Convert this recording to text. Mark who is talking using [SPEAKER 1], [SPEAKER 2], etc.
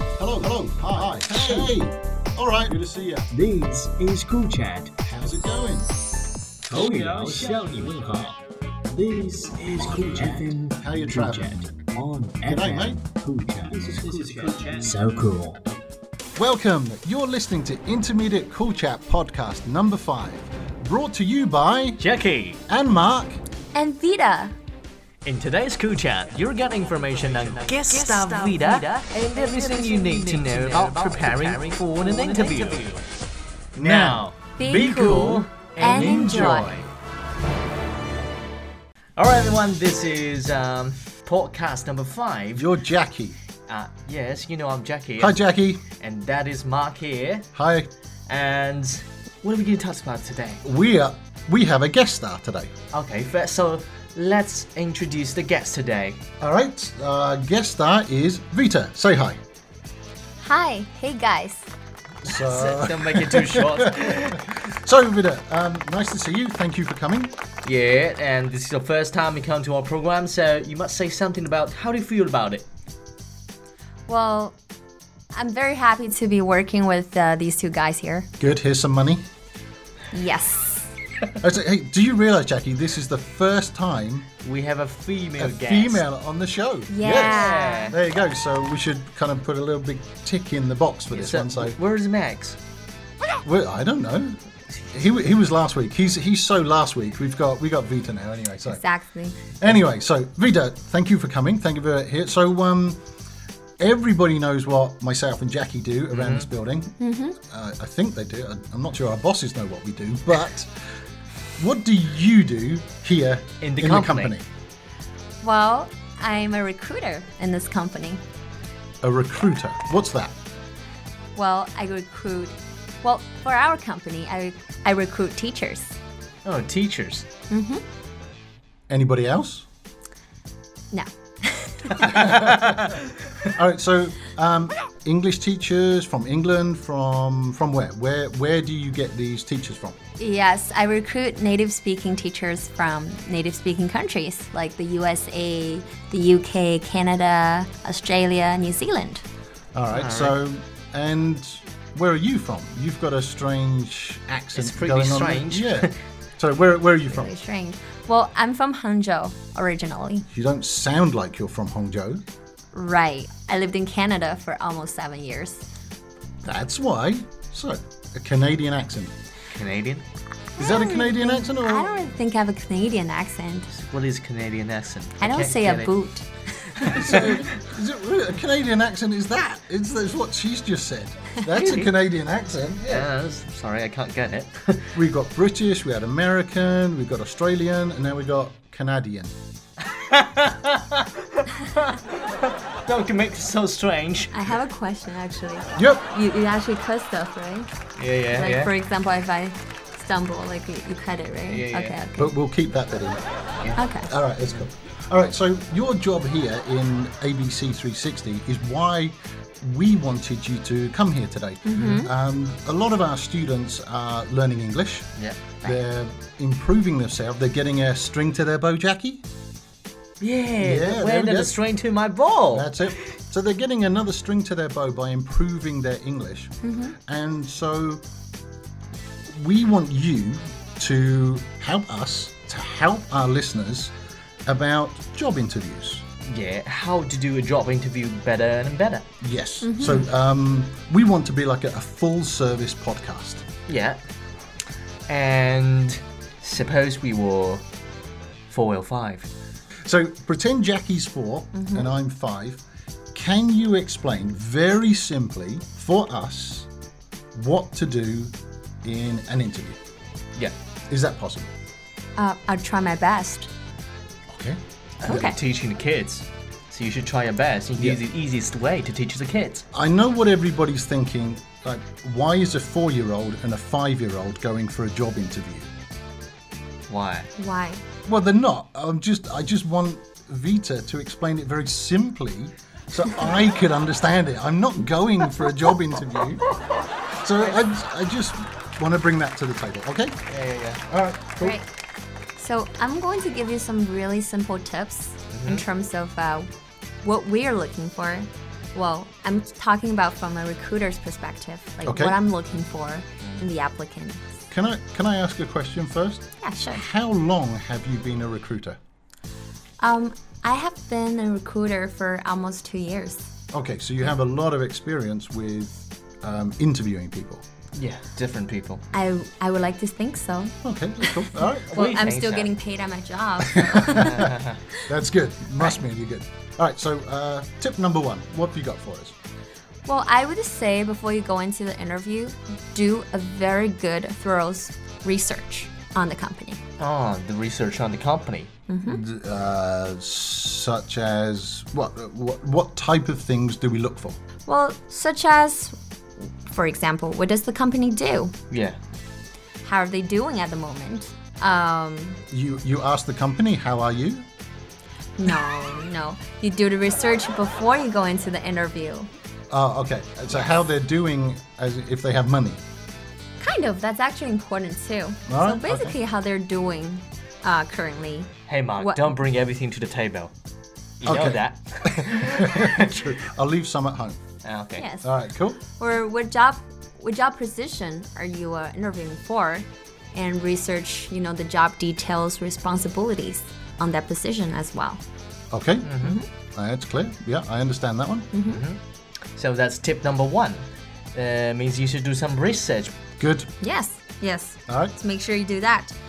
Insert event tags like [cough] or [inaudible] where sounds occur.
[SPEAKER 1] hello, hello. Hi, hi. Hey. All right. Good to see you.
[SPEAKER 2] This is Cool Chat.
[SPEAKER 1] How's it going?
[SPEAKER 2] 口语聊向你问好。This is Cool Chat.
[SPEAKER 1] How you
[SPEAKER 2] Cool
[SPEAKER 1] traveling?
[SPEAKER 2] Chat on
[SPEAKER 1] G'day,
[SPEAKER 2] FM.
[SPEAKER 1] mate.
[SPEAKER 2] Cool Chat. This is Cool Chat. So cool.
[SPEAKER 1] Welcome. You're listening to Intermediate Cool Chat podcast number five, brought to you by
[SPEAKER 3] Jackie,
[SPEAKER 1] and Mark.
[SPEAKER 4] and Vita.
[SPEAKER 3] in today's Cool Chat, you'll get information on guest star Vida and everything you need to know about preparing for an interview. Now,
[SPEAKER 4] Be
[SPEAKER 3] be cool
[SPEAKER 4] cool
[SPEAKER 3] and
[SPEAKER 4] and
[SPEAKER 3] enjoy.
[SPEAKER 4] enjoy.
[SPEAKER 3] All right, everyone, this is um, podcast number five.
[SPEAKER 1] You're Jackie.
[SPEAKER 3] Uh, yes, you know I'm Jackie,
[SPEAKER 1] Hi, Jackie.
[SPEAKER 3] and that is Mark here.
[SPEAKER 1] Hi.
[SPEAKER 3] And what are we going to talk about today?
[SPEAKER 1] We are. We have a guest star today.
[SPEAKER 3] Okay, first, so let's introduce the guest today.
[SPEAKER 1] All right. Uh, guest star is Vita. Say hi.
[SPEAKER 4] Hi, hey guys.
[SPEAKER 1] Uh. So,
[SPEAKER 3] Don't make it
[SPEAKER 1] [laughs]
[SPEAKER 3] too short.
[SPEAKER 1] so Vita, um, nice to see you. Thank you for coming.
[SPEAKER 3] Yeah, and this is your first time you come to our program, so you must say something about how do you feel about it.
[SPEAKER 4] Well, I'm very happy to be working with uh, these two guys here.
[SPEAKER 1] Good. Here's some money.
[SPEAKER 4] Yes.
[SPEAKER 1] I was like, hey, do you realize, Jackie, this is the first time
[SPEAKER 3] We have a female
[SPEAKER 1] a
[SPEAKER 3] guest.
[SPEAKER 1] female on the show?
[SPEAKER 4] Yeah.
[SPEAKER 1] There you go. So we should kind of put a little big tick in the box for this
[SPEAKER 3] So,
[SPEAKER 1] one. So
[SPEAKER 3] where is Max?
[SPEAKER 1] well, I don't know. He, w- he was last week. He's he's so last week. We've got we got Vita now anyway. So
[SPEAKER 4] Exactly.
[SPEAKER 1] anyway, so Vita, thank you for coming. Thank you for here. So um, everybody knows what myself and Jackie do around this building. Mm-hmm. Uh, I think they do. I, I'm not sure our bosses know what we do, but what do you do here
[SPEAKER 3] In the company.
[SPEAKER 4] Well, I'm a recruiter in this company.
[SPEAKER 1] A recruiter. What's that?
[SPEAKER 4] Well, I recruit. Well, for our company, I I recruit teachers.
[SPEAKER 3] Oh, teachers.
[SPEAKER 1] Anybody else?
[SPEAKER 4] No. [laughs]
[SPEAKER 1] All right. So, um, English teachers from England, from from where? Where where do you get these teachers from?
[SPEAKER 4] Yes, I recruit native speaking teachers from native speaking countries like the USA, the UK, Canada, Australia, New Zealand.
[SPEAKER 1] All right. so, and where are you from? You've got a strange accent
[SPEAKER 3] It's pretty
[SPEAKER 1] going on.
[SPEAKER 3] strange.
[SPEAKER 1] Yeah. So where where are you
[SPEAKER 4] [laughs]
[SPEAKER 1] from?
[SPEAKER 4] Very strange. Well, I'm from Hangzhou originally.
[SPEAKER 1] You don't sound like you're from Hongzhou.
[SPEAKER 4] Right. I lived in Canada for almost seven years.
[SPEAKER 1] That's why. So, a Canadian accent.
[SPEAKER 3] Canadian?
[SPEAKER 1] Is that a Canadian accent or?
[SPEAKER 4] I
[SPEAKER 3] Oh.
[SPEAKER 4] don't really think I have a Canadian accent.
[SPEAKER 3] What is Canadian accent?
[SPEAKER 4] I don't
[SPEAKER 3] can't
[SPEAKER 4] say
[SPEAKER 3] get
[SPEAKER 4] a
[SPEAKER 3] it.
[SPEAKER 4] boot.
[SPEAKER 1] Is it really- a Canadian accent is that? It's, that's what she's just said. That's a Canadian accent. Yeah.
[SPEAKER 3] Uh, sorry, I can't get it. [laughs]
[SPEAKER 1] We got British, we had American, we got Australian, and now we got Canadian.
[SPEAKER 3] Don't make it so strange.
[SPEAKER 4] I have a question actually.
[SPEAKER 1] Yep.
[SPEAKER 4] You, you actually cut stuff, right?
[SPEAKER 3] Yeah, yeah,
[SPEAKER 4] Like
[SPEAKER 3] Oh, yeah.
[SPEAKER 4] for example, if I stumble, like you, you cut it, right?
[SPEAKER 3] Yeah, yeah.
[SPEAKER 4] okay, okay.
[SPEAKER 1] But we'll keep that bit in.
[SPEAKER 4] Okay.
[SPEAKER 1] All right, that's cool. All right, so your job here in ABC 360 is why we wanted you to come here today. Um, a lot of our students are learning English.
[SPEAKER 3] Yeah.
[SPEAKER 1] They're improving themselves. They're getting a string to their bow, Jackie.
[SPEAKER 3] Yeah,
[SPEAKER 1] there
[SPEAKER 3] where
[SPEAKER 1] we
[SPEAKER 3] did
[SPEAKER 1] go.
[SPEAKER 3] the string to my ball?
[SPEAKER 1] That's it. So they're getting another string to their bow by improving their English. And so we want you to help us, to help our listeners about job interviews.
[SPEAKER 3] yeah, how to do a job interview better and better.
[SPEAKER 1] Yes. So um, we want to be like a, a full service podcast.
[SPEAKER 3] Yeah. And suppose we were 405.
[SPEAKER 1] So pretend Jackie's 4 and I'm five. Can you explain very simply for us what to do in an interview?
[SPEAKER 3] Yeah.
[SPEAKER 1] Is that possible?
[SPEAKER 4] Uh, I'll try my best.
[SPEAKER 1] Okay.
[SPEAKER 4] Okay.
[SPEAKER 3] Teaching the kids. So you should try your best and use the easiest way to teach the kids.
[SPEAKER 1] I know what everybody's thinking. Like, why is a four year old and a five year old going for a job interview?
[SPEAKER 3] Why?
[SPEAKER 4] Why?
[SPEAKER 1] Well, they're not. I'm just, I just want Vita to explain it very simply so I could understand it. I'm not going for a job interview. So I, I just want to bring that to the table, okay?
[SPEAKER 3] Yeah, yeah, yeah.
[SPEAKER 1] All right, cool.
[SPEAKER 4] Right. So I'm going to give you some really simple tips in terms of uh, what we're looking for Well, I'm talking about from a recruiter's perspective, like
[SPEAKER 1] Okay.
[SPEAKER 4] what I'm looking for in the applicant.
[SPEAKER 1] Can I can I ask a question first?
[SPEAKER 4] Yeah, sure.
[SPEAKER 1] How long have you been a recruiter?
[SPEAKER 4] Um, I have been a recruiter for almost two years.
[SPEAKER 1] Okay, so you have a lot of experience with um, interviewing people.
[SPEAKER 3] Yeah, different people.
[SPEAKER 4] I I would like to think so.
[SPEAKER 1] Okay, that's cool. All right,
[SPEAKER 4] Well,
[SPEAKER 3] We
[SPEAKER 4] I'm
[SPEAKER 3] think
[SPEAKER 4] still
[SPEAKER 3] so.
[SPEAKER 4] getting paid at my job.
[SPEAKER 1] that's good. Must mean you're good. All right, so uh, tip number one, what have you got for us?
[SPEAKER 4] Well, I would say before you go into the interview, do a very good, thorough s- research on the company.
[SPEAKER 3] Oh, the research on the company.
[SPEAKER 4] Mm.
[SPEAKER 1] Uh, such as what, what what type of things do we look for?
[SPEAKER 4] Well, such as, for example, what does the company do?
[SPEAKER 3] Yeah.
[SPEAKER 4] How are they doing at the moment? Um,
[SPEAKER 1] You you ask the company, how are you?
[SPEAKER 4] no, [laughs] no. You do the research before you go into the interview.
[SPEAKER 1] Oh, okay. So how they're doing as if they have money. [laughs]
[SPEAKER 4] Kind of. That's actually important too.
[SPEAKER 1] All
[SPEAKER 4] so
[SPEAKER 1] right,
[SPEAKER 4] basically, how they're doing uh, currently.
[SPEAKER 3] Hey, Mark,
[SPEAKER 4] What-
[SPEAKER 3] don't bring everything to the table. You know
[SPEAKER 1] Okay.
[SPEAKER 4] [laughs]
[SPEAKER 3] that.
[SPEAKER 1] True. I'll leave some at home.
[SPEAKER 3] Ah, okay.
[SPEAKER 4] Yes.
[SPEAKER 1] All right, cool.
[SPEAKER 4] or what job what job position are you uh, interviewing for and research you know the job details responsibilities on that position as well
[SPEAKER 1] Okay. That's clear. Yeah, I understand that one.
[SPEAKER 3] So that's tip number one. Uh, means you should do some research.
[SPEAKER 1] Good.
[SPEAKER 4] yes yes
[SPEAKER 1] All right.
[SPEAKER 4] so make sure you do that